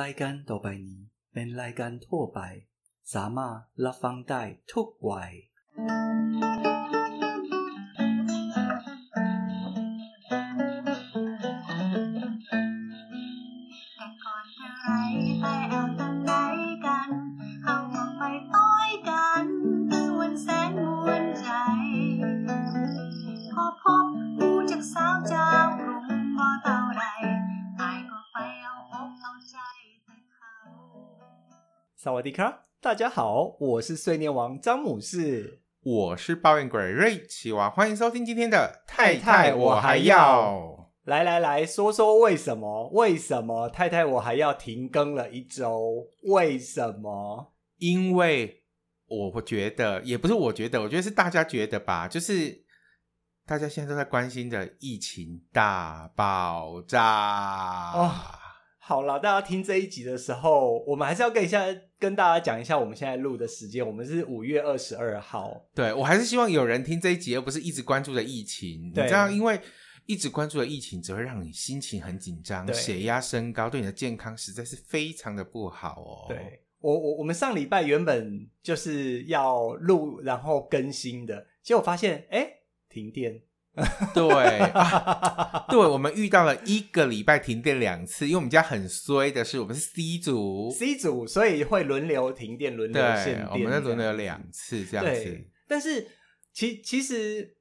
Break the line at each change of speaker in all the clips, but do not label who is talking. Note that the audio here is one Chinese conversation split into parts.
รายการต่อไปนี้เป็นรายการทั่วไป สามารถรับฟังได้ทุกวัย
แต่ก่อนจะไรไปแอลตั้งไหนกัน เอามาไปต้อยกันตื่นวันแสนมวนใจ พอพบผู้จากสาวเจ้ากรุงพอเต่าไรตายก็ไปเอาอกเอาใจแต่เขา
萨瓦迪卡，大家好，我是碎念王詹姆士。
我是抱怨鬼瑞奇娃，欢迎收听今天的
太太我还要。来来来说说为什么？为什么太太我还要停更了一周？为什么？
因为我觉得也不是我觉得，我觉得是大家觉得吧，就是大家现在都在关心的疫情大爆炸
哦好了，大家听这一集的时候，我们还是要跟一下跟大家讲一下我们现在录的时间，我们是五月二十二号。
对我还是希望有人听这一集，而不是一直关注着疫情。你
对
知道，因为一直关注着疫情，只会让你心情很紧张，
对
血压升高，对你的健康实在是非常的不好哦。
对我我我们上礼拜原本就是要录然后更新的，结果发现哎停电，
对啊，对，我们遇到了一个礼拜停电两次，因为我们家很衰的是，我们是 C 组
C 组，所以会轮流停电，轮流限
对
电，，
我们在轮流
这样
两次这样
对
子。，
但是其其实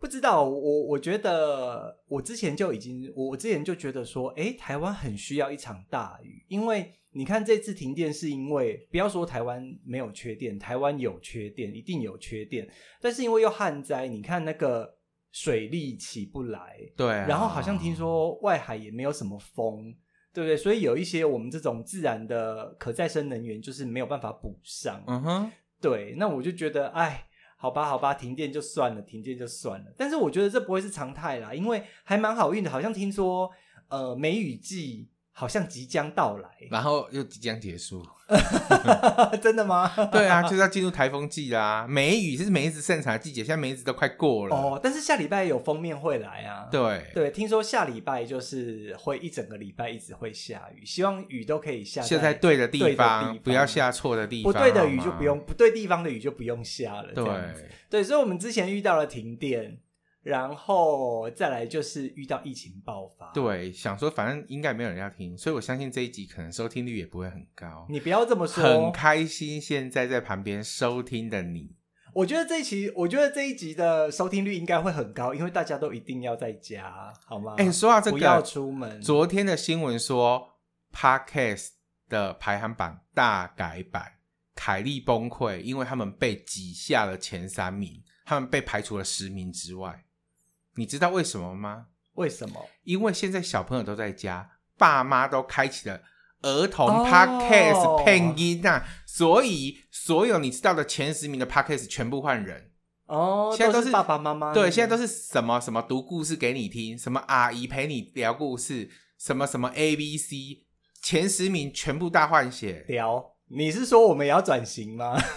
不知道，我我觉得我之前就已经，我我之前就觉得说，诶，台湾很需要一场大雨，因为你看这次停电是因为不要说台湾没有缺电，台湾有缺电，一定有缺电，但是因为又旱灾，你看那个水利起不来，
对啊，
然后好像听说外海也没有什么风，对不对？所以有一些我们这种自然的可再生能源就是没有办法补上。
嗯哼，
对，那我就觉得，哎，好吧，好吧，停电就算了，停电就算了。但是我觉得这不会是常态啦，因为还蛮好运的，好像听说，呃，梅雨季好像即将 到来，
然后又即将结束。
真的吗？
对啊，就是要进入台风季啦。梅雨是梅子盛产的季节，现在梅子都快过了。
哦，但是下礼拜有封面会来啊。
对
对，听说下礼拜就是会一整个礼拜一直会下雨，希望雨都可以下
下在对的地
对的
方，
地
不要下错的地
不
方。
对的雨就
好吗
不用，不对地方的雨就不用下了。这样子
对，
对，所以我们之前遇到了停电，然后再来就是遇到疫情爆发。
对，想说反正应该没有人要听，所以我相信这一集可能收听率也不会很高。
你不要这么说，
很开心现在在旁边收听的你，
我觉得这一期，我觉得这一集的收听率应该会很高，因为大家都一定要在家，好吗？
哎、说到这
呃不要
个，
出门。
昨天的新闻说，Podcast 的排行榜大改版，凯莉崩溃，因为他们被挤下了前三名，他们被排除了十名之外。你知道为什么吗？
为什么？
因为现在小朋友都在家，爸妈都开启了儿童
哦
podcast 配音呐、所以所有你知道的前十名的 podcast 全部换人。
哦，
现在
都
都是
爸爸妈妈，
对，现在都是什么什么读故事给你听，什么阿姨陪你聊故事，什么什么 A B C，前十名全部大换血。
聊。你是说我们也要转型吗？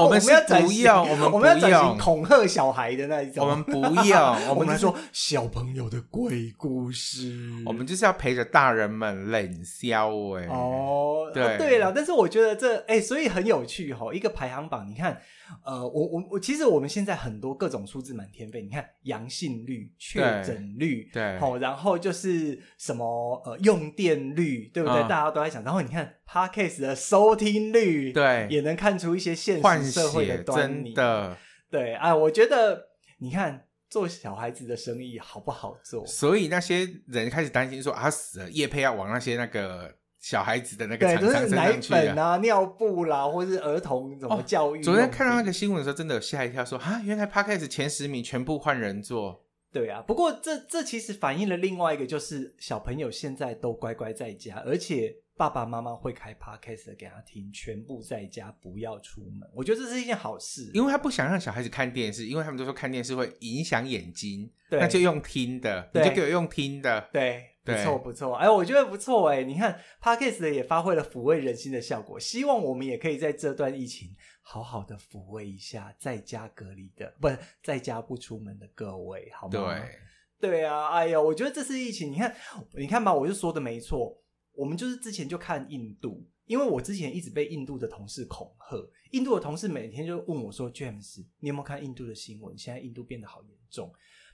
我们
们
是
要转
不
型，
用我们
我们要
不
转型
用
恐吓小孩的那一种。
我们不用 我
我
们
们
就是
说小朋友的鬼故事。
我们就是要陪着大人们冷笑哎、
哦，
对
啊对了，但是我觉得这哎、所以很有趣哈、一个排行榜，你看，呃，我我我，其实我们现在很多各种数字满天飞，你看阳性率、确诊率，
对
好、然后就是什么呃用电率，对不对？
嗯
大家都在想，然后你看 podcast 的收听率，，也
对，
能看出一些现
换
实社会
血
端倪。
真，的。
对，哎、我觉得你看做小孩子的生意好不好做？
所以那些人开始担心说啊，死了叶配要往那些那个小孩子的那个
对，
厂
就
商
是
身
奶
上去
粉
了。
啊、尿布啦，或是儿童什么
哦
教育用品、
昨天看到那个新闻的时候，真的有吓一跳说啊，原来 podcast 前十名全部换人做。
对啊，不过这这其实反映了另外一个，就是小朋友现在都乖乖在家，而且爸爸妈妈会开 podcast 给他听，全部在家，不要出门。我觉得这是一件好事，
因
为
为他不想让小孩子看电视，因为他们都说看电视会影响眼睛，
对
那就用听的，你
对
就给我用听的。
对。不
对
错不错，哎，我觉得不错哎，你看 podcast 也发挥了抚慰人心的效果，希望我们也可以在这段疫情好好的抚慰一下在家隔离的，不是在家不出门的各位，好吗？
对，
对啊，哎呀，我觉得这次疫情，你看，你看吧，我就说的没错。我们就是之前就看印度，因为我之前一直被印度的同事恐吓，印度的同事每天就问我说：“James，你有没有看印度的新闻？现在印度变得好严重。”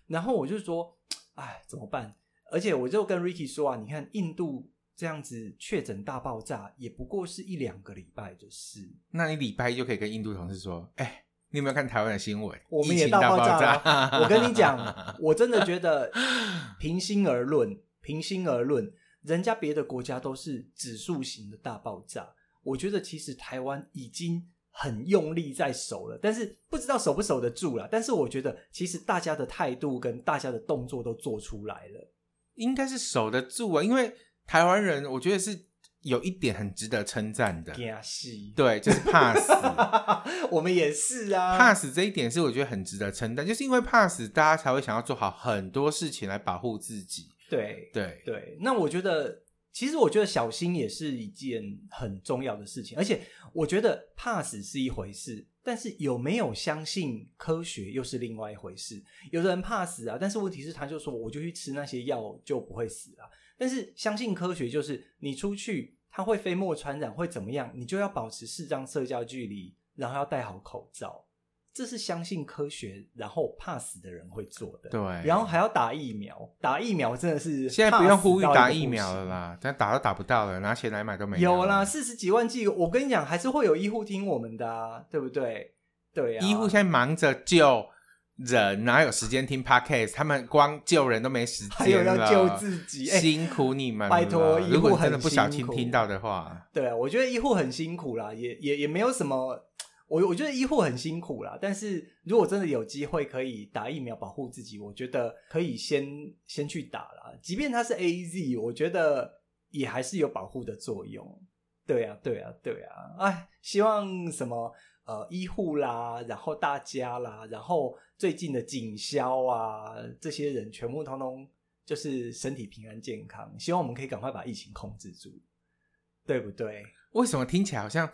然后我就说：“哎，怎么办？”而且我就跟 Ricky 说啊，你看印度这样子确诊大爆炸，也不过是一两个礼拜的事。
那你礼拜一就可以跟印度同事说，哎、你有没有看台湾的新闻？
我们
疫
也
情
大
爆，
爆炸了。 我跟你讲 我真的觉得平心而论，平心而论，人家别的国家都是指数型的大爆炸，我觉得其实台湾已经很用力在守了，但是不知道守不守得住了。但是我觉得其实大家的态度跟大家的动作都做出来了。
应该是守得住啊，因为台湾人我觉得是有一点很值得称赞的，
惊死！
对，就是怕死。
我们也是啊，
怕死这一点是我觉得很值得称赞，就是因为怕死，大家才会想要做好很多事情来保护自己。
对
对，
对，那我觉得，其实我觉得小心也是一件很重要的事情，而且我觉得怕死是一回事，但是有没有相信科学又是另外一回事。有的人怕死啊，但是问题是他就说我就去吃那些药就不会死啊。但是相信科学就是你出去，它会飞沫传染会怎么样，你就要保持适当社交距离，然后要戴好口罩。这是相信科学，然后怕死的人会做的。
对
然后还要打疫苗，打疫苗真的是
哎现在不用呼吁
怕死到
打
一个
疫
不
苗
行
了。啦，但打都打不到了，拿钱来买都没
有啦，
啦。
四十几万剂，我跟你讲，还是会有医护听我们的啊，对不对？对啊，
医护现在忙着救人，哪有时间听 podcast？他们光救人都没时间
还有要
了
救自己哎
辛苦你们了。
拜托医
如果
护
你真的
很
不小
辛
心
苦
听到的话，
对啊，我觉得医护很辛苦啦，也也也没有什么，我我觉得医护很辛苦啦，但是如果真的有机会可以打疫苗保护自己，我觉得可以先先去打啦，即便它是 A Z，我觉得也还是有保护的作用。对啊，对啊，对啊，哎，希望什么呃医护啦，然后大家啦，然后最近的警消啊，这些人全部通通就是身体平安健康，希望我们可以赶快把疫情控制住，对不对？
为什么听起来好像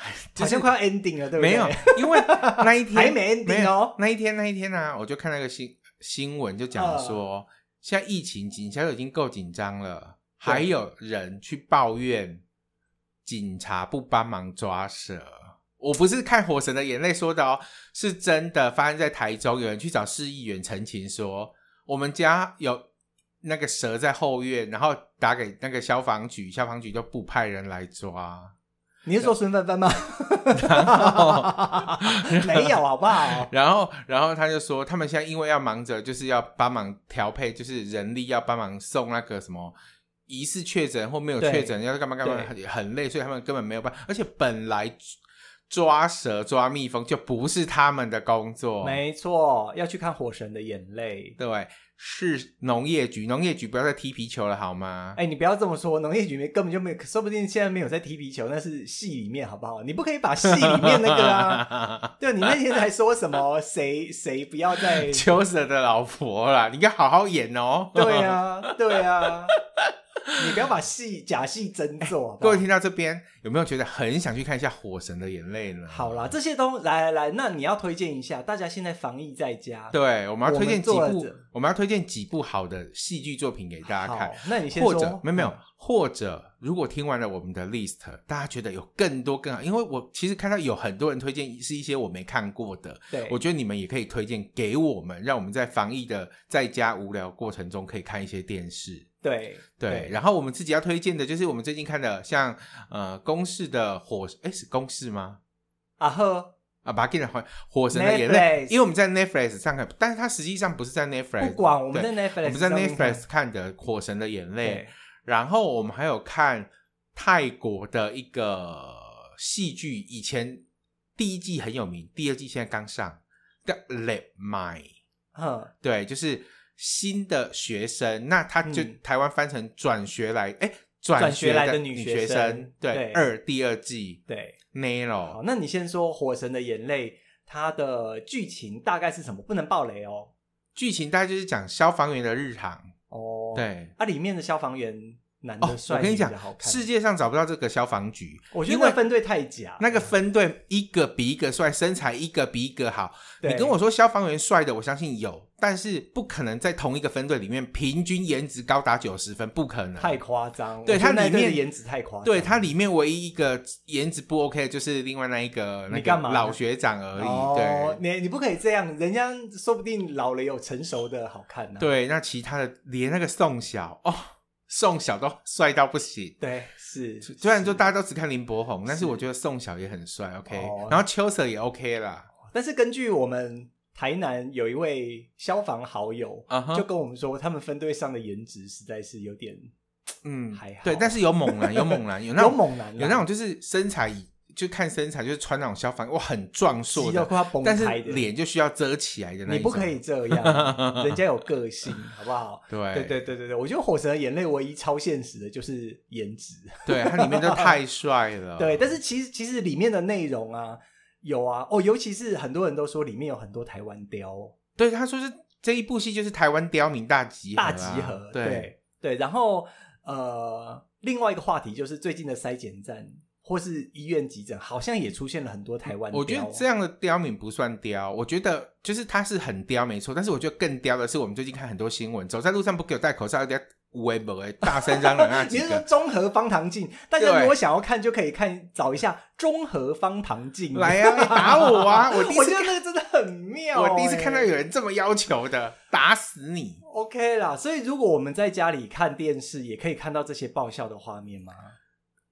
哎就
好像
是
快要 ending 了，对不对？
没有，因为那一天
还没 ending
有
哦
那一天那一天呢、我就看那个新新闻，就讲
啊
说、现在疫情警察都已经够紧张了，
对
还有人去抱怨警察不帮忙抓蛇。我不是看《火神的眼泪》说的哦，是真的发生在台中，有人去找市议员陈情说，我们家有那个蛇在后院，然后打给那个消防局，消防局就不派人来抓。
你是说孙帆帆吗？
后
没有，好不 好？
然后，然后他就说，他们现在因为要忙着，就是要帮忙调配，就是人力要帮忙送那个什么疑似确诊或没有
对
确诊，要干嘛干嘛，
对
很很累，所以他们根本没有办法。而且本来抓蛇、抓蜜蜂就不是他们的工作，
没错，要去看《火神的眼泪》。
对，是农业局，农业局不要再踢皮球了好吗？
哎，你不要这么说，农业局没根本就没有，说不定现在没有在踢皮球，那是戏里面好不好？你不可以把戏里面那个 啊，对你那天还说什么谁谁不要 再
求蛇的老婆啦，你要好好演哦。
对啊对啊，你不要把戏假戏真做好不
各
好
位听到这边，有没有觉得很想去看一下《火神的眼泪》呢？
好啦，这些都来来来，那你要推荐一下，大家现在防疫在 家，
对，我们要推荐几
我们
部
做了这，
我们要推荐几部好的戏剧作品给大家看
好。，那你先
或
说，嗯
者没有没有，或者如果听完了我们的 list，大家觉得有更多更好，因为我其实看到有很多人推荐是一些我没看过的，
对，
我觉得你们也可以推荐给我们，让我们在防疫的在家无聊过程中可以看一些电视。
对
对，然后我们自己要推荐的就是我们最近看的像，呃公式的火，哎是公式吗？
啊呵，
啊，把它变成火火神的眼泪
Netflix，
因为我们在 Netflix 上看，但是它实际上不是在 Netflix，
不管我们在
对
Netflix，
我们在
上面看
Netflix 看的《火神的眼泪
对》，
然后我们还有看泰国的一个戏剧，以前第一季很有名，第二季现在刚上叫《Let My》，
嗯，
对，就是新的学生，那他就
嗯
台湾翻成转学来，哎、
转学
学
来的
的
女
女学
学生
对，
对
二第二季
对，好，
Nero，
那你先说《火神的眼泪》，它的剧情大概是什么？不能爆雷哦。
剧情大概就是讲消防员的日常，
哦，，
对。
啊，里面的消防员男
哦
的，
我
帅，
跟你讲
女的好，看，
世，界上找不到这个消防局，
我觉得
因为
那分队太假，
那个分队一个比一个帅，身材一个比一个好。
对
你跟我说消防员帅的，我相信有，但是不可能在同一个分队里面平均颜值高达九十分，不可能，
嗯太夸张。
对
我觉得
它
那
里
一队的
面
颜值太夸张，
对，它里面唯一一个颜值不 OK 的就是另外那一个那
你
个
干嘛
老学长而已。
哦，
对
你你不可以这样，人家说不定老了有成熟的好看啊呢、
对，那其他的连那个宋晓哦，宋晓都帅到不行。
对，是。
虽然说大
家，
家都只看林柏宏，但是
是
我觉得宋晓也很帅，OK，、
哦
然后秋 Sir 也 OK 啦，
但是根据我们台南有一位消防好友
啊哈
就跟我们说，他们分队上的颜值实在是有点
嗯
还好，
对，但是有猛 男，有猛男，有那
有
种
猛男啦，
有那种就是身材，就看身材，就是穿那种消防，哇，很壮硕
肌肉
的，
快要崩
但是
开的
脸就需要遮起来的那一种。
你不可以这 样，人家有个性，好不好？
对
对对对对对，我觉得《火神的眼泪》唯一超现实的就是颜值，
对，它里面都太帅了。
对，但是其实其实里面的内容啊，有啊，哦，尤其是很多人都说里面有很多台湾雕
对他说是这一部戏就是台湾刁民大集合啊、
大集合，
对
对对，然后呃，另外一个话题就是最近的筛检站或是医院急诊，好像也出现了很多台湾啊雕，
我觉得这样的刁民不算刁，我觉得就是他是很刁没错，但是我觉得更刁的是我们最近看很多新闻，走在路上不给我戴口罩，人家无为不为，大声嚷嚷那
你
几
是说
个。
中和方糖镜？大家如果想要看，就可以看找一下中和方糖镜。
来 呀、你打我啊！我第一
我
次
觉得那个真的很妙、
我第一次看到有
哎
人这么要求的，打死你！
OK 啦，所以如果我们在家里看电视，也可以看到这些爆笑的画面吗？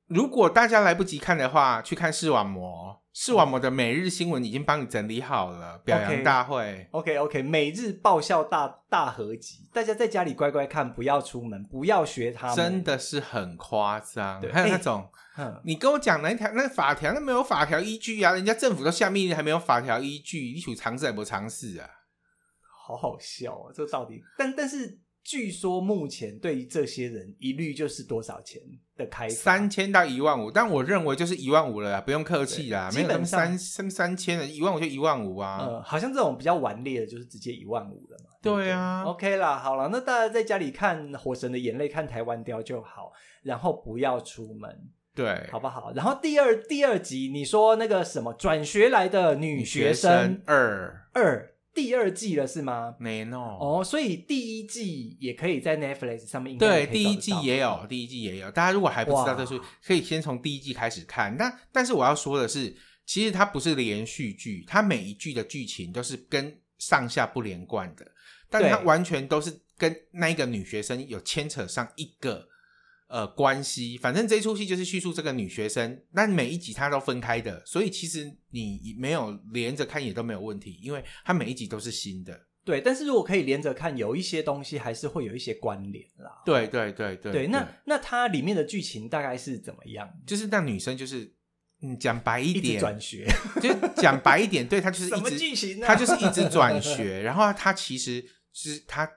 如果大家来不及看的话，去看视网膜，视网膜的每日新闻已经帮你整理好了，表扬
OK
大会。
OK OK，每日爆笑大大合集，大家在家里乖乖看，不要出门，不要学他们。
真，的是很夸张，
对
还有那
哎
种、
嗯，
你跟我讲哪一条那个法条，那没有法条依据啊！人家政府都下命令，还没有法条依据，你属常识还不常识啊？
好好笑啊！这到底，但但是据说目前对于这些人，一律就是多少钱的开发
三千到一万五，但我认为就是一万五了啦，不用客气啦，
对
没有那么
基本
三
上
三三千了，一万五就一万五啊。
呃，好像这种比较顽劣的，就是直接一万五了嘛。不
对啊
，OK 啦，好了，那大家在家里看《火神的眼泪》、看《台湾雕》就好，然后不要出门，
对，
啊好不好？然后第二第二集，你说那个什么转学来的女学生
二
二第二季了是吗？
没弄
哦，所以第一季也可以在 Netflix 上面应该
对，
也可
第
以找得
一季
到
也有，第一季也有。大家如果还不知道这是
哇，
可以先从第一季开始看。那但是我要说的是，其实它不是连续剧，它每一剧的剧情都是跟上下不连贯的，但
对
它完全都是跟那一个女学生有牵扯上一个呃关系。反正这一出戏就是叙述这个女学生，那每一集它都分开的，所以其实你没有连着看也都没有问题，因为它每一集都是新的。
对，但是如果可以连着看，有一些东西还是会有一些关联啦。
对对对对
对，那那它里面的剧情大概是怎么样？
就是那女生就是，嗯，讲白一
一直
点，
转学，
就是讲白一点，对她就是
什么
一
剧
直，
情啊？
她就是一直转学，然后她其实是她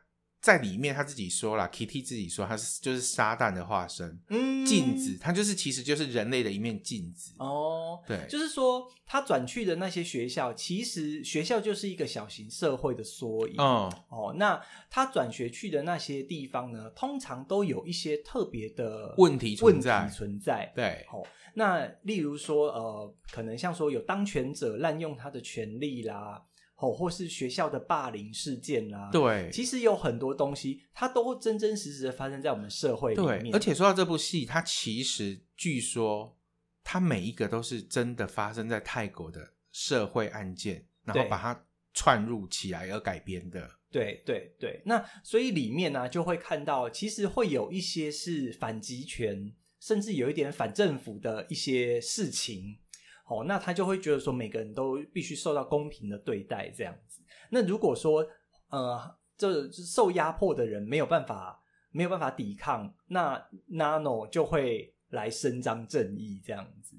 在里面她自己说了，Kitty 自己说她是就是撒旦的化身，
嗯
镜子，她就是其实就是人类的一面镜子，
哦。
对，
就是说，他转去的那些学校，其实学校就是一个小型社会的缩影。
嗯，
哦，那他转学去的那些地方呢，通常都有一些特别的
问题存
问
在
题存在。
对，
好、那例如说，呃，可能像说有当权者滥用他的权利啦，哦，或是学校的霸凌事件啦，，
对，
其实有很多东西，它都真真实实的发生在我们社会里
对，
面，
而且说到这部戏，它其实据说它每一个都是真的发生在泰国的社会案件，然后
对
把它串入起来而改编的。
对对对，那所以里面呢、就会看到，其实会有一些是反集权，甚至有一点反政府的一些事情。哦，那他就会觉得说，每个人都必须受到公平的对待，这样子。那如果说，呃，这这受压迫的人没有办法，没有办法抵抗，那 Nano 就会来伸张正义，这样子。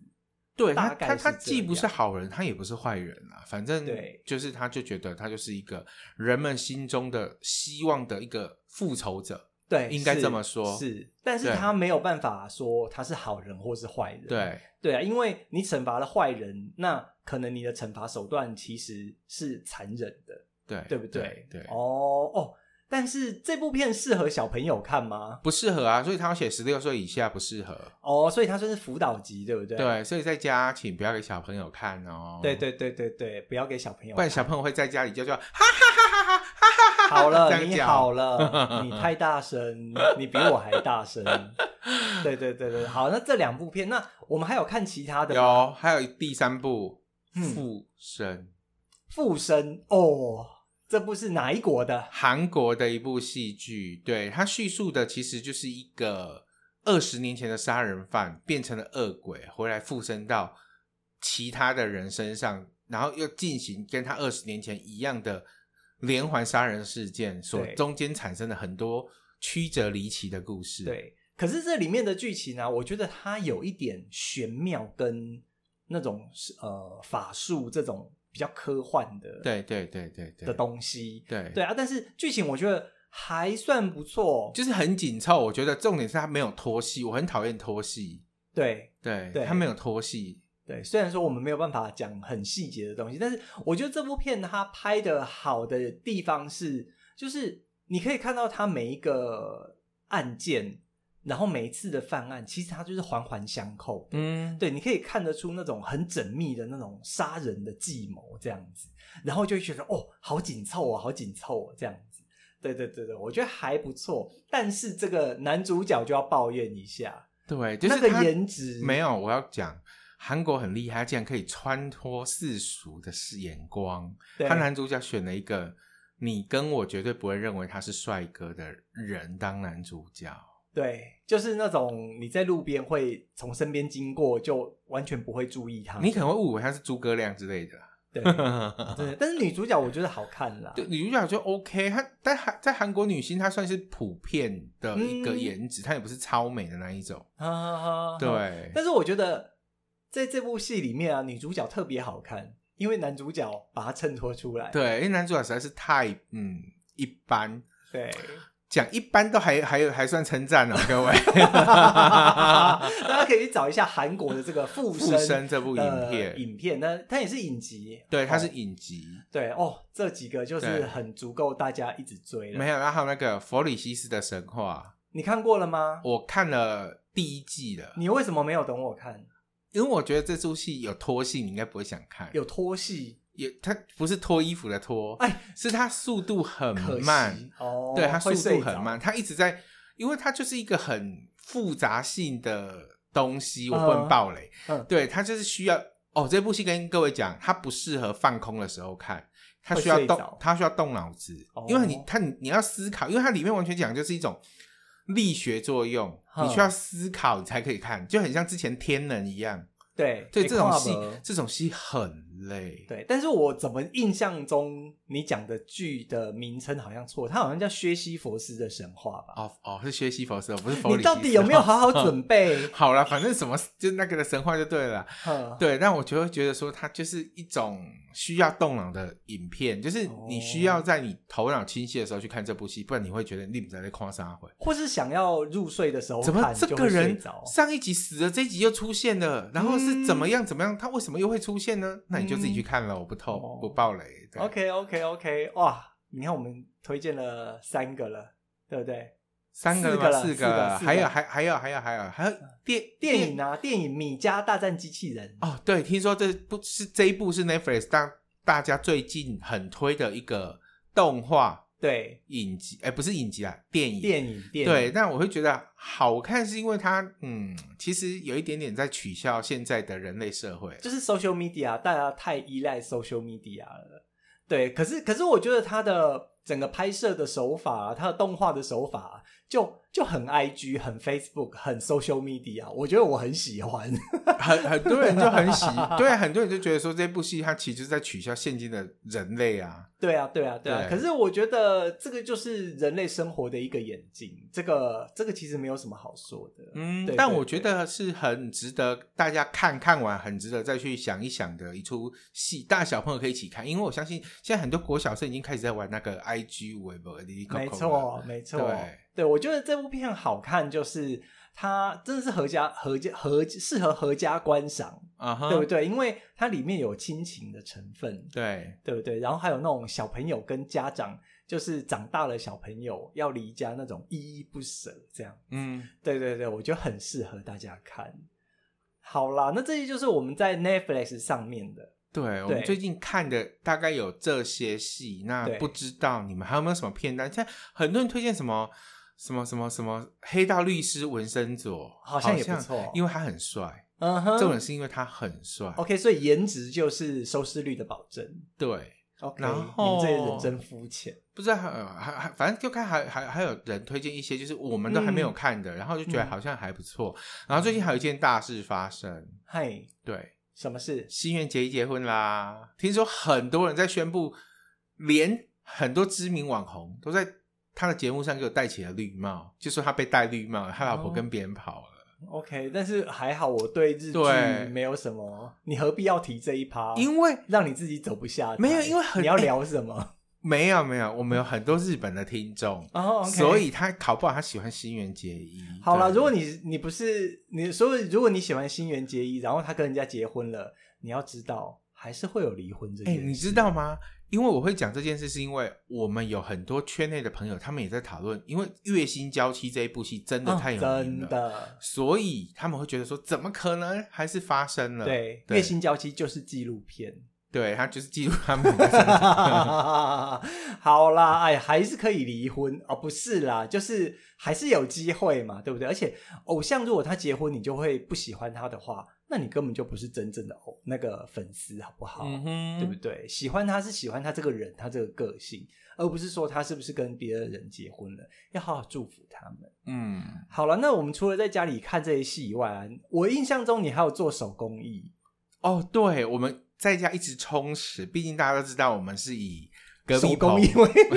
对
大
他，
概
他
是
他
这
既不是
样
好人，他也不是坏人啊，反正
对
就是他就觉得他就是一个人们心中的希望的一个复仇者，
对，
应该
是
这么说
是，但是
对
他没有办法说他是好人或是坏人。。
对
对啊，因为你惩罚了坏人，那可能你的惩罚手段其实是残忍的，
对
对不
对对，
对？？哦哦，但是这部片适合小朋友看吗？
不适合啊，所以他要写十六岁以下不适合。
哦，所以它算是辅导级，对不对？
对，所以在家请不要给小朋友看哦。
对对对对对，不要给小朋友
不然
看。
小朋友会在家里就说哈哈哈哈哈哈哈哈哈
好
这
了，
样
你
讲
好了，你太大声，你比我还大声。对对对对，好，那这两部片，那我们还有看其他的吗
有，还有第三部
嗯
《附身》，
附身哦，这部是哪一国的？
韩国的一部戏剧，对它叙述的其实就是一个二十年前的杀人犯变成了恶鬼，回来附身到其他的人身上，然后又进行跟他二十年前一样的连环杀人事件，所
对
中间产生的很多曲折离奇的故事。，
对，可是这里面的剧情呢、啊我觉得它有一点玄妙跟那种呃法术这种比较科幻的
对，对，对，对，对，
的东西。
对，
对啊，但是剧情我觉得还算不错，
就是很紧凑。我觉得重点是他没有拖戏，我很讨厌拖戏。
对，
对，
对
他没有拖戏。
对，虽然说我们没有办法讲很细节的东西，但是我觉得这部片它拍的好的地方是，就是你可以看到它每一个案件，然后每一次的犯案，其实它就是环环相扣的。
嗯，
对，你可以看得出那种很缜密的那种杀人的计谋这样子，然后就会觉得哦，好紧凑啊，好紧凑啊，这样子。对对对对，我觉得还不错，但是这个男主角就要抱怨一下，
对，就是
那个
他
颜值
没有，我要讲韩国很厉害，他竟然可以穿脱世俗的视眼光。
对
他男主角选了一个你跟我绝对不会认为他是帅哥的人当男主角。
对，就是那种你在路边会从身边经过，就完全不会注意他。
你可能会误以为他是诸葛亮之类的。
对 对，但是女主角我觉得好看啦。
对，女主角就 OK，她但韩在韩国女星，她算是普遍的一个
嗯
颜值，她也不是超美的那一种。
啊，
对，
但是我觉得在这部戏里面啊，女主角特别好看，因为男主角把她衬托出来。
对，因为男主角实在是太嗯一般，
对，
讲一般都还还有还算称赞了，各位。
大家可以去找一下韩国的这个附身
附身这部影片
的呃影片，那它也是影集。
对，它
哦
是影集，
对哦，这几个就是
对
很足够大家一直追了。
没有，然后还有那个佛里西斯的神话，
你看过了吗？
我看了第一季了，
你为什么没有等我看？
因为我觉得这出戏有脱戏，你应该不会想看。
有拖戏，
有，它不是脱衣服的脱，
哎，
是它速度很
可惜
慢，
哦，
对，它速
会睡
度
着
很慢，，它一直在，因为它就是一个很复杂性的东西，我不能
嗯
爆雷。
嗯，
对，它就是需要哦，这部戏跟各位讲，它不适合放空的时候看，它
会
需要
睡
动
着，
它需要动脑子，
哦
因为你它你你要思考，因为它里面完全讲就是一种力学作用，你需
哼
要思考你才可以看，就很像之前天能一样。
对，
对，
你
这种
看
戏
了
这种戏很累。
哎对，但是我怎么印象中你讲的剧的名称好像错，它好像叫《薛西佛斯的神话》吧？
哦哦，是薛西佛斯，不是佛里
你到
希
底
斯
有没有
哦？
好好准？备
好啦，反正什么就那个的神话就对了。
哼，
啊对，但我就会觉得说，它就是一种需要动脑的影片，就是你需
哦
要在你头脑清晰的时候去看这部戏，不然你会觉得你在在夸啥会。
或是想要入睡的时候
怎么
看
这
就
个
会睡
人
着？嗯
上一集死了，这一集又出现了，然后是怎么样怎么样？他为什么又会出现呢？那你就自己去看了，我不
哦
透不爆雷。对
OK OK OK，哇，你看我们推荐了三个了，对不对？
三个了
四个
吗
了
四
四个
个，
四
还有
个
还还有还有还有还有电
电影啊，电影《米家大战机器人》
哦，对，听说这部是这一部是 Netflix 大大家最近很推的一个动画
对，
影集，哎，不是影集啊，电影
电影电影
对，但我会觉得好看是因为它，嗯，其实有一点点在取笑现在的人类社 会。
就是 social media，大家太依赖 social media 了。对，可是可是我觉得它的整个拍摄的手法、它的动画的手法、啊就就很 IG、很 Facebook、很 social media，我觉得我很喜欢。
很很多人就很喜，对啊，很多人就觉得说这部戏它其实就是在取笑现今的人类啊。
对啊，对啊，对啊。
对
可是我觉得这个就是人类生活的一个演进，这个这个其实没有什么好说的。
嗯
对，
但
对
我觉得是很值得大家看看完，很值得再去想一想的一出戏，大小朋友可以一起看，因为我相信现在很多国小生已经开始在玩那个 IG 微博的，
没错，没错。
对
我觉得这部片好看，就是它真的是合家合家合适合合家观赏。
啊哈，
对不对？因为它里面有亲情的成分，
对
对不对？然后还有那种小朋友跟家长，就是长大了小朋友要离家那种依依不舍，这样，
嗯，
对对对，我觉得很适合大家看。好啦，那这些就是我们在 Netflix 上面的，
对，我们
对
最近看的大概有这些戏，那
对
不知道你们还有没有什么片单？现在很多人推荐什么什么什么什么黑道律师文森佐，
好
像
像也不错
因为他很帅。
嗯哦哼，
重点是因为他很帅，
OK，所以颜值就是收视率的保证。
对，
OK，
然
你们
后
这些人真肤浅。
不知道还有还还反正就看还还还有人推荐一些就是我们都还没有
嗯
看的，然后就觉得
嗯
好像还不错。然后最近还有一件大事发生，
嗨，
对，
什么事？
新垣结衣结婚啦！听说很多人在宣布，连很多知名网红都在他的节目上给我戴起了绿帽，就说他被戴绿帽，他老婆
哦
跟别人跑了。
OK，但是还好我对日
对
剧没有什么，你何必要提这一趴？
因为
让你自己走不下台。
没有因为很
你要聊什么？
没有没有，我们有很多日本的听众，
哦，OK、
所以他搞不好他喜欢新垣结衣。
好了，
对
如果你你不是你，所以如果你喜欢新垣结衣，然后他跟人家结婚了，你要知道还是会有离婚这
哎、
件事。
你知道吗？因为我会讲这件事，是因为我们有很多圈内的朋友，他们也在讨论，因为《月薪娇妻》这一部戏真的
哦
太有名
真
了。
的
所以他们会觉得说，怎么可能还是发生了？
对，
对
月薪娇妻就是纪录 片。
对他就是记录他们两 个
好啦，哎，还是可以离婚哦，不是啦，就是还是有机会嘛，对不对？而且偶像如果他结婚，你就会不喜欢他的话，那你根本就不是真正的偶那个粉丝，好不好？
嗯哼，
对不对？喜欢他是喜欢他这个人，他这个个性，而不是说他是不是跟别的人结婚了。要好好祝福他们。
嗯，
好了，那我们除了在家里看这些戏以外啊，我印象中你还有做手工艺，
哦，对，我们在家一直充实，毕竟大家都知道我们是以隔
手
壁
工
棚
艺为
没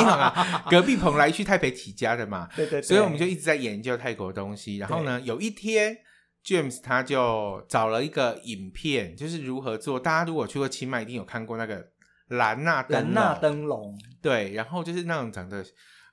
有啦，隔壁棚来去台北起家的嘛，
对对对，
所以我们就一直在研究泰国东西。然后呢，有一天。James 他就找了一个影片，就是如何做。大家如果去过清迈，一定有看过那个兰纳灯
兰纳
笼
灯笼，
对，然后就是那种长得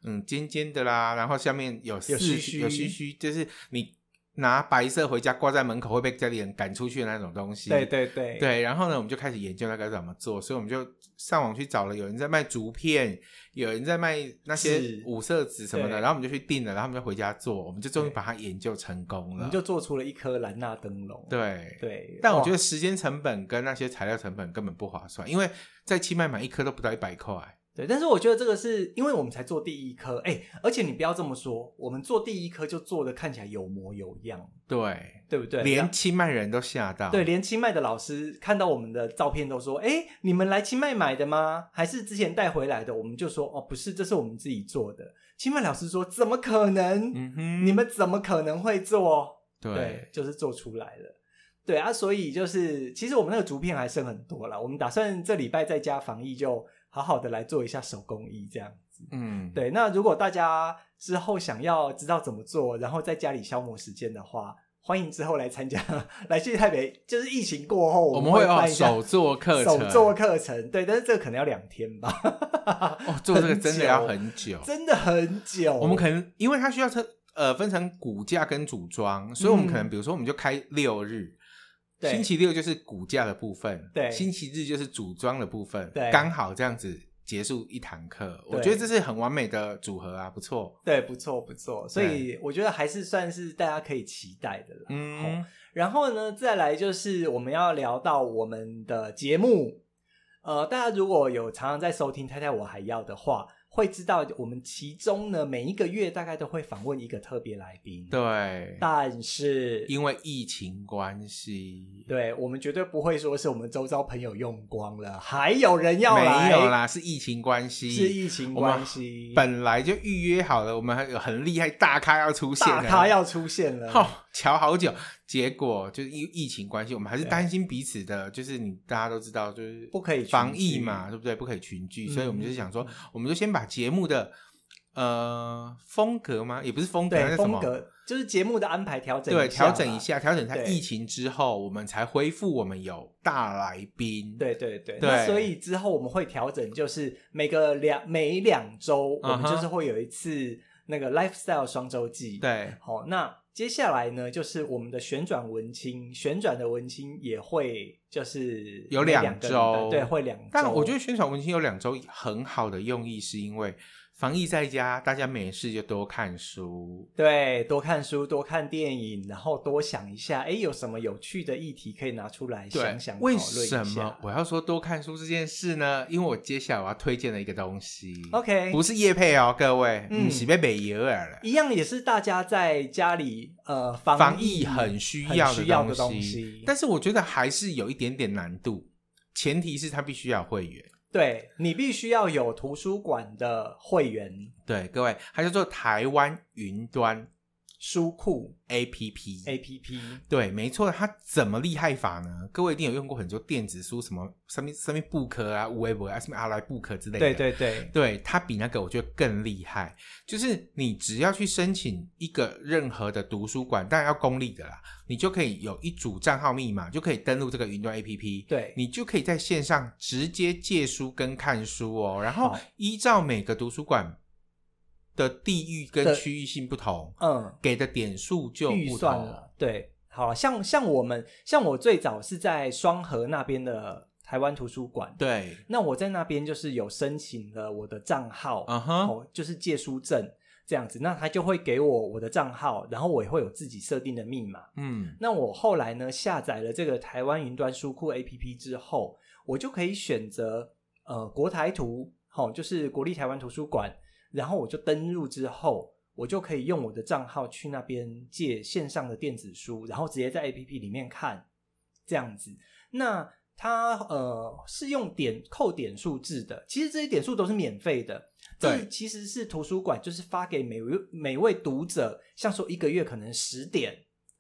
嗯尖尖的啦，然后下面有四
须
须
须
有须须，就是你拿白色回家挂在门口会被家里人赶出去的那种东西。
对对对
对然后呢，我们就开始研究那该怎么做，所以我们就上网去找了有人在卖竹片，有人在卖那些
纸
五色纸什么的，
对
然后我们就去订了，然后我们就回家做，我们就终于
对
把它研究成功
我
了
们。就做出了一颗兰纳灯笼。
对。
对，
但我觉
得
得时间成本跟那些材料成本根本不划算，因为在清迈买一颗都不到一百块。
对，但是我觉得这个是因为我们才做第一颗，哎，而且你不要这么说，我们做第一颗就做的看起来有模有样，
对，
对不对？
连清迈人都吓到。
对，连清迈的老师看到我们的照片都说：“哎，你们来清迈买的吗？还是之前带回来的？”我们就说：“哦，不是，这是我们自己做的。”清迈老师说：“怎么可能？
嗯哼，
你们怎么可能会做？”
对
就是做出来了。对啊，所以就是其实我们那个竹片还剩很多啦，我们打算这礼拜在家防疫，就好好的来做一下手工艺这样子。
嗯，
对，那如果大家之后想要知道怎么做，然后在家里消磨时间的话，欢迎之后来参加， 来去台北，就是疫情过后，
我
们
们会有
办一下
手作课程，
手作课程，对，但是这个可能要两天吧，
哦，做这个真的要
很
很久。
真的很久。
我们可能因为它需要成呃分成骨架跟组装，所以我们可能
嗯
比如说我们就开六日。
对
星期六就是骨架的部分，
对
星期日就是组装的部分，
对
刚好这样子结束一堂课，我
对
觉得这是很完美的组合啊，不错，
对，不错不错，所以我觉得还是算是大家可以期待的啦。
嗯，
然后呢，再来就是我们要聊到我们的节目。呃，大家如果有常常在收听《太太我还要》的话，会知道我们其中呢每一个月大概都会访问一个特别来宾。，
对，
但是
因为疫情关系，
对我们绝对不会说是我们周遭朋友用光了，还有人要来，
没有啦，是疫情关系，
是疫情关系，
本来就预约好了，我们还有很厉害大咖要出现
大
了，
咖要出现了。
哦，瞧好 久，结果就是因为疫情关系，我们还是担心彼此的，就是你大家都知道，就是
不可以群聚
防疫嘛，对不对？不可以群聚，
嗯
所以我们就想说，我们就先把节目的呃风格吗？也不是风格，那
对
是什
风
么？
格就是节目的安排调整，
对，调整一。下，调整一下
对
疫情之后，我们才恢复。我们有大来宾，
对对对，
对
那所以之后我们会调整，就是每个两每两周，我
嗯
们
哼
就是会有一次那个 lifestyle 双周记。，
对，
好，那接下来呢，就是我们的旋转文青，旋转的文青也会就是
有
每
两
两个礼拜
周
对，会两周。
但我觉得宣传文青有两周很好的用意，是因为防疫在家，大家没事就多看书。
对，多看书，多看电影，然后多想一下，哎，有什么有趣的议题可以拿出来想想，讨论
为
一下
什么我要说多看书这件事呢？因为我接下来我要推荐的一个东西
OK
不是叶配哦，各位，
嗯
嗯，是被北耶尔了。
一样也是大家在家里呃防
防
疫
疫很需
很
要
需
的
要的
东
西，
但是我觉得还是有一点点难度，前提是他必须要有会员。
对你必须要有图书馆的会员
对，各位，它叫做台湾云端
书库
APP。
APP，
对，没错，它怎么厉害法呢？各位一定有用过很多电子书，什么什么什么 book 啊、web 啊、什么阿来 book 之类的。
对对对，
对它比那个我觉得更厉害，就是你只要去申请一个任何的图书馆，当然要公立的啦，你就可以有一组账号密码，就可以登录这个云端 APP，
对
你就可以在线上直接借书跟看书哦，然后
好
依照每个图书馆的地域
的
跟区域性不同，
嗯，
给的点数就
预
不
算
同。
了，对，好像像我们像我最早是在双河那边的台湾图书馆，
对，
那我在那边就是有申请了我的账号，
嗯哼，
哦，就是借书证这样子，那他就会给我我的账号，然后我也会有自己设定的密码。
嗯，
那我后来呢下载了这个台湾云端书库 APP 之后，我就可以选择呃国台图，好、就是国立台湾图书馆，然后我就登录之后，我就可以用我的账号去那边借线上的电子书，然后直接在 APP 里面看这样子。那它呃是用点扣点数制的，其实这些点数都是免费的。这
对
其实是图书馆就是发给每位每位读者，像说一个月可能十点，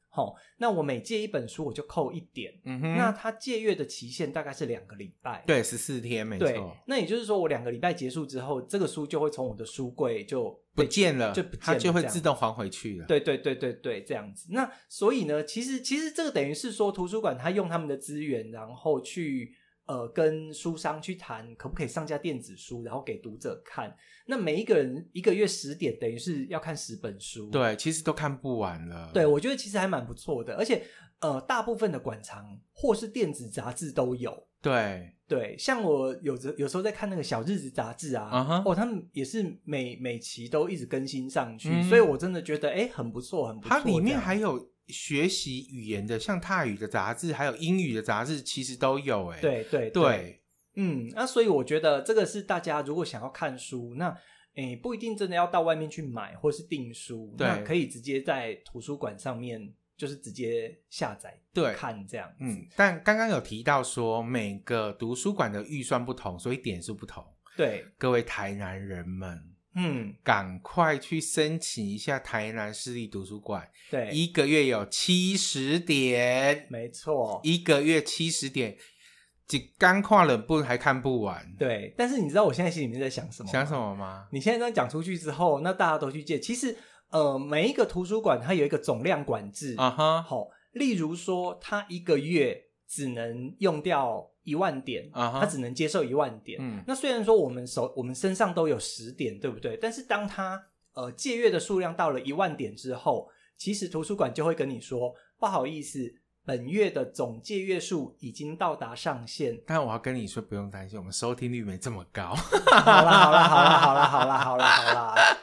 好、那我每借一本书我就扣一点。
嗯哼，
那它借阅的期限大概是两个礼拜，
对十四天没
对
错，。
那也就是说，我两个礼拜结束之后，这个书就会从我的书柜就
不
被
见了，
就不见
它
了
就会
这样
自动还回去了。
对对对对对，这样子。那所以呢，其实其实这个等于是说，图书馆它用他们的资源，然后去呃跟书商去谈，可不可以上架电子书，然后给读者看。那每一个人一个月十点，等于是要看十本书。
对，其实都看不完了。
对，我觉得其实还蛮不错的，而且呃，大部分的馆藏或是电子杂志都有。
对，
对，像我有时有时候在看那个《小日子》杂志啊
嗯哼
哦，他们也是每每期都一直更新上去，
嗯
所以我真的觉得哎，很不错，很不错这
它里
样。
面还有学习语言的，像泰语的杂志，还有英语的杂志，其实都有、欸。哎，
对对
对
嗯，那、所以我觉得这个是大家如果想要看书，那诶不一定真的要到外面去买或是订书，
对
那可以直接在图书馆上面就是直接下载
对
看这样子。
嗯，但刚刚有提到说每个图书馆的预算不同，所以点数不同。
对，
各位台南人们，
嗯，
赶快去申请一下台南市立图书馆，
对，
一个月有七十点，
没错，
一个月七十点，几刚跨冷不还看不完。
对。但是你知道我现在心里面在想什么？
想什？么吗？
你现在这样讲出去之后，那大家都去借，其实呃，每一个图书馆它有一个总量管制
啊哈，
好、例如说，他一个月只能用掉一万点，
啊哈
他只能接受一万点。
嗯。
那虽然说我们手我们身上都有十点，对不对？但是当他呃借阅的数量到了一万点之后，其实图书馆就会跟你说，不好意思，本月的总借阅数已经到达上限
但我要跟你说，不用担心，我们收听率没这么 高。
好啦，好啦，好啦，好啦，好啦，好啦，好啦。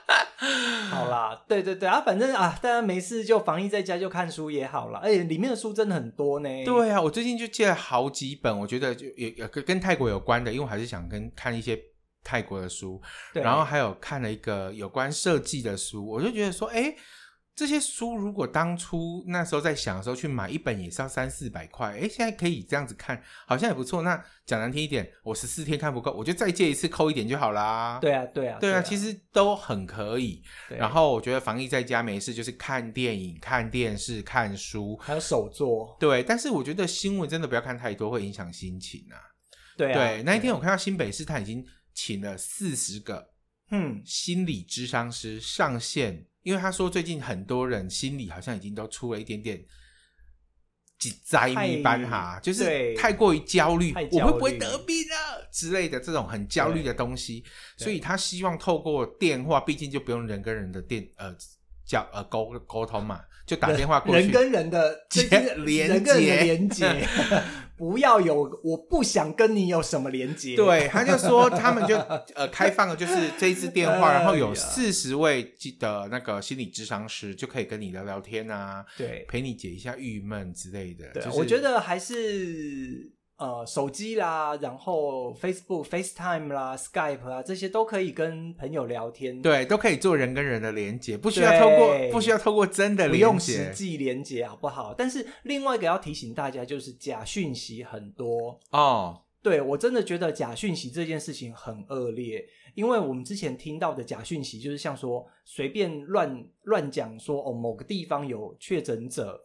好啦，对对对啊，反正啊，大家没事就防疫在家就看书也好啦，而且里面的书真的很多呢。
对啊，我最近就借了好几本，我觉得就也也跟跟泰国有关的，因为我还是想跟看一些泰国的书，
对，
然后还有看了一个有关设计的书，我就觉得说，哎，这些书如果当初那时候在想的时候去买一本也是要三四百块，哎，现在可以这样子看，好像也不错。那讲难听一点，我十四天看不够，我就再借一次扣一点就好啦。
对啊，对啊，
对啊，其实都很可以。
对
然后我觉得防疫在家没事就是看电影、看电视、看书。
还有手作，
对，但是我觉得新闻真的不要看太多，会影响心情啊。
对啊，
对，那一天我看到新北市他已经请了四十个
嗯，
心理咨商师上线，因为他说最近很多人心理好像已经都出了一点点。几灾迷般哈，
太
就是
对
太过于焦虑，
太
我
焦
会不会
虑
得病啊之类的这种很焦虑的东西，所以他希望透过电话，毕竟就不用人跟人的电呃交呃沟沟通嘛，就打电话过去，
人跟人的
接
最近的
连
人跟人的
接
连接，不要有，我不想跟你有什么连接。
对，他就说他们就 呃开放了，就是这一支电话，
哎呀
然后有四十位记的那个心理智商师就可以跟你聊聊天啊，
对
陪你解一下郁闷之类的。
对，
就是
我觉得还是呃手机啦，然后 Facebook、FaceTime 啦、Skype 啊，这些都可以跟朋友聊天，，
对都可以做人跟人的连接，不需
对
要透过不需要透过真的
不
连
用实
接
际连接好不好？但是另外一个要提醒大家，就是假讯息很多。
哦，
对我真的觉得假讯息这件事情很恶劣，因为我们之前听到的假讯息就是像说随便乱乱讲说哦某个地方有确诊者，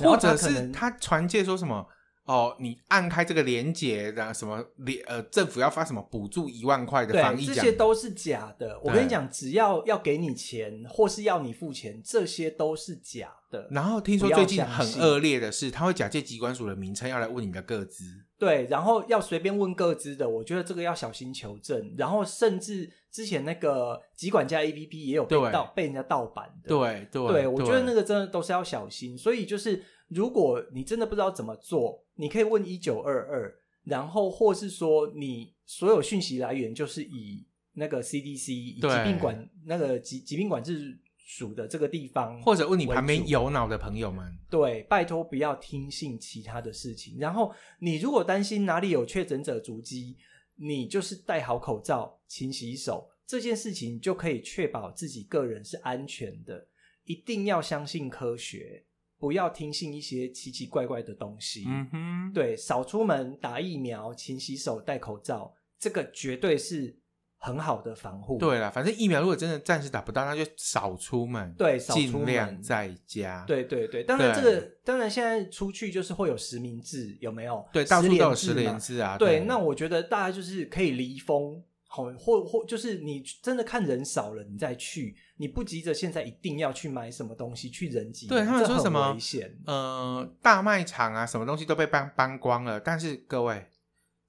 然后
或者
可
是
能
他传介说什么。哦，你按开这个连接，然后什么连呃，政府要发什么补助一万块的防
对，
疫
这
奖，
些都是假的。我
对
跟你讲，只要要给你钱或是要你付钱，这些都是假的。
然后听说
不要
最近
相
很
信
恶劣的是，他会假借机关署的名称要来问你的个资。
对，然后要随便问各自的，我觉得这个要小心求证。然后甚至之前那个集管家 A P P 也有被
对
盗被人家盗版的。
对对
对，我觉得那个真的都是要小心。所以就是，如果你真的不知道怎么做，你可以问一九二二，然后或是说你所有讯息来源就是以那个 CDC 以疾
对
病管那个疾疾病管制署的这个地方，
或者问你旁
为
边
主
有脑的朋友们，
对，拜托不要听信其他的事情。然后你如果担心哪里有确诊者足迹，你就是戴好口罩、勤洗手，这件事情就可以确保自己个人是安全的。一定要相信科学，不要听信一些奇奇怪怪的东西。
嗯哼，
对，少出门、打疫苗、勤洗手、戴口罩，这个绝对是很好的防护。
对了，反正疫苗如果真的暂时打不到，那就少出门，
对，少出
尽
门
量在家。
对对对，当然这
对
个当然现在出去就是会有实名制，有没有？
对，到处都有
实
十
联
连
制
制啊。
嘛。对，那我觉得大家就是可以离峰，好，或或就是你真的看人少了，你再去，你不急着现在一定要去买什么东西去人挤人，
对他们
这
说
很
什么
危险？
呃，大卖场啊，什么东西都被搬搬光了，但是各位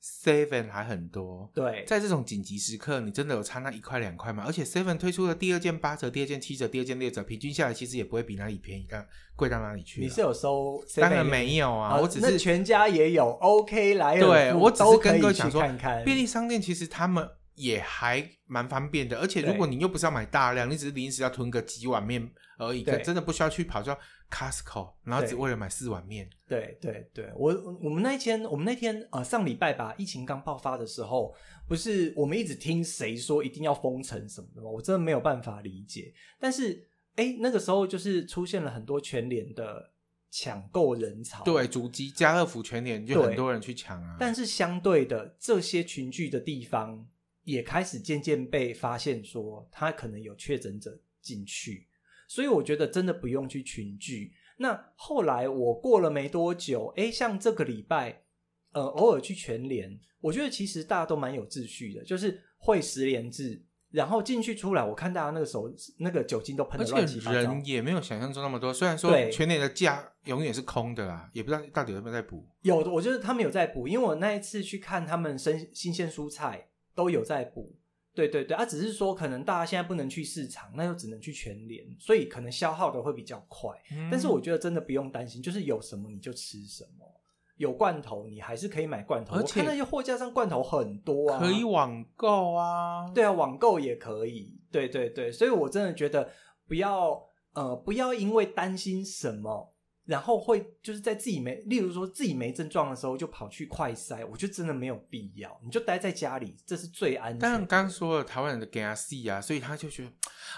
，seven 还很多。
对，
在这种紧急时刻，你真的有差那一块两块吗？而且 Seven 推出的第二件八折、第二件七折、第二件六折，平均下来其实也不会比哪里便宜，呃，贵到哪里去啊。
你是有收 7-Eleven 的？
当然没有啊，
好
我只
那
是
全家也有，OK 来尔富
对我只是
都可
跟
以
各位
去
讲说，
看看
便利商店其实他们也还蛮方便的，而且如
对
果你又不是要买大量，你只是临时要囤个几碗面而已，
对
可真的不需要去跑叫 Costco，然后只
对
为了买四碗面。
对对对，我我们那一天，我们那天啊、呃上礼拜吧，疫情刚爆发的时候，不是我们一直听谁说一定要封城什么的吗？我真的没有办法理解。但是，哎，那个时候就是出现了很多全联的抢购人潮，
对，主机家乐福全年就
对
很多人去抢啊。
但是相哦对的，这些群聚的地方也开始渐渐被发现说，他可能有确诊者进去，所以我觉得真的不用去群聚。那后来我过了没多久，诶，像这个礼拜，呃，偶尔去全联，我觉得其实大家都蛮有秩序的，就是会十连制，然后进去出来，我看大家那个手那个酒精都喷
而
的
且
乱七八糟
人，也没有想象中那么多，虽然说
对
全年的价永远是空的啦，也不知道到底有没有在补。
有的，我觉得他们有在补，因为我那一次去看他们生新鲜蔬菜都有在补。对对对，啊，只是说可能大家现在不能去市场，那就只能去全联，所以可能消耗的会比较快。
嗯
但是我觉得真的不用担心，就是有什么你就吃什么，有罐头你还是可以买罐头。
而
我
且
看那些货架上罐头很多啊，
可以网购啊，
对啊，网购也可以，对对对，所以我真的觉得不要呃不要因为担心什么，然后会就是在自己没，例如说自己没症状的时候就跑去快筛，我觉得真的没有必要，你就待在家里，这是最安全的。
但刚刚说了台湾人的 g a s 啊，所以他就觉得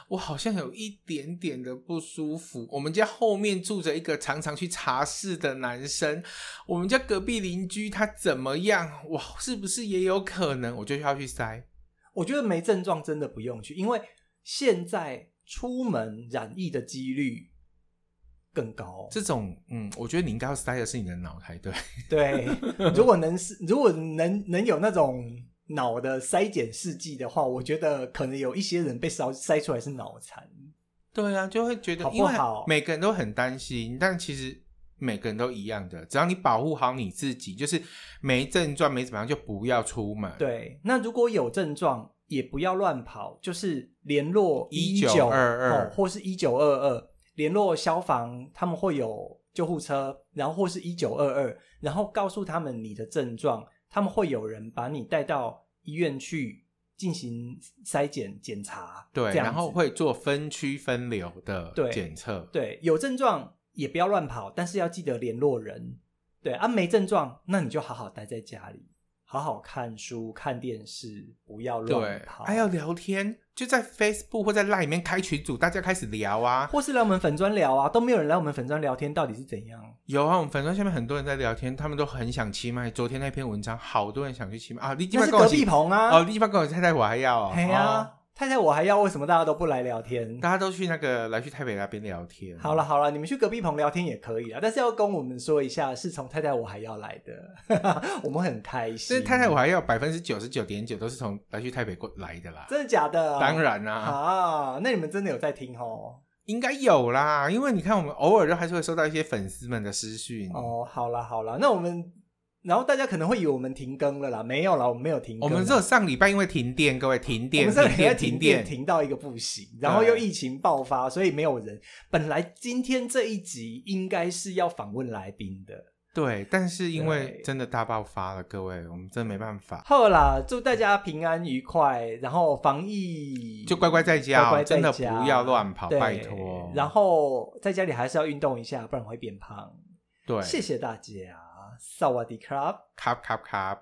我好像有一点点的不舒服。我们家后面住着一个常常去茶室的男生，我们家隔壁邻居他怎么样？哇，是不是也有可能？我就要去塞。
我觉得没症状真的不用去，因为现在出门染疫的几率更高。
这种，嗯，我觉得你应该要塞的是你的脑袋，对，
对，如果能是如果能能有那种脑的筛检试剂的话，我觉得可能有一些人被筛筛出来是脑残。
对啊，就会觉得
好不
因为
好哦
每个人都很担心，但其实。每个人都一样的，只要你保护好你自己，就是没症状、没怎么样，就不要出门。
对，那如果有症状，也不要乱跑，就是联络
1922
哦九二二或是一九二二，联络消防，他们会有救护车，然后或是一九二二，然后告诉他们你的症状，他们会有人把你带到医院去进行筛检检查，
对，
这样
然后
子
会做分区分流的
对
检测，
对有症状也不要乱跑，但是要记得联络人。对啊，没症状，那你就好好待在家里，好好看书、看电视，不要乱
对，
跑。
还要聊天，就在 Facebook 或在 Line 里面开群组，大家开始聊啊。
或是来我们粉砖聊啊，都没有人来我们粉砖聊天，到底是怎样？
有啊，我们粉专下面很多人在聊天，他们都很想七麦。昨天那篇文章，好多人想去七麦啊。立基
那
麦
是
跟我
隔
一起
壁棚啊。
哦，立基麦跟我太太我还要、哦，
哎呀、
哦
太太，我还要为什么大家都不来聊天？
大家都去那个来去台北那边聊天。
好了，好了，你们去隔壁棚聊天也可以啊，但是要跟我们说一下，是从太太我还要来的， 我们很开
但
心。
是太太我还要百分之九十九点九都是从来去台北过来的啦。
真的假的？
当然啦、
啊，那你们真的有在听哦？
应该有啦，因为你看我们偶尔都还是会收到一些粉丝们的私讯。
哦，好啦好啦，那我们，然后大家可能会以为我们停更了啦，没有啦，我们没有停
我
更啦。
们只有上礼拜因为停电，各位停电，
我们这
停
里要
电，
停
停
电
电，
停到一个不行，然后
对
又疫情爆发，所以没有人。本来今天这一集应该是要访问来宾的，
对，但是因为
对
真的大爆发了，各位，我们真的没办法，
好啦，祝大家平安愉快，然后防疫
就乖乖在家哦，
乖乖在
真的
家
不要乱跑，
对
拜托。
然后在家里还是要运动一下，不然会变胖。
对，
谢谢大家，萨瓦迪卡。
卡卡卡。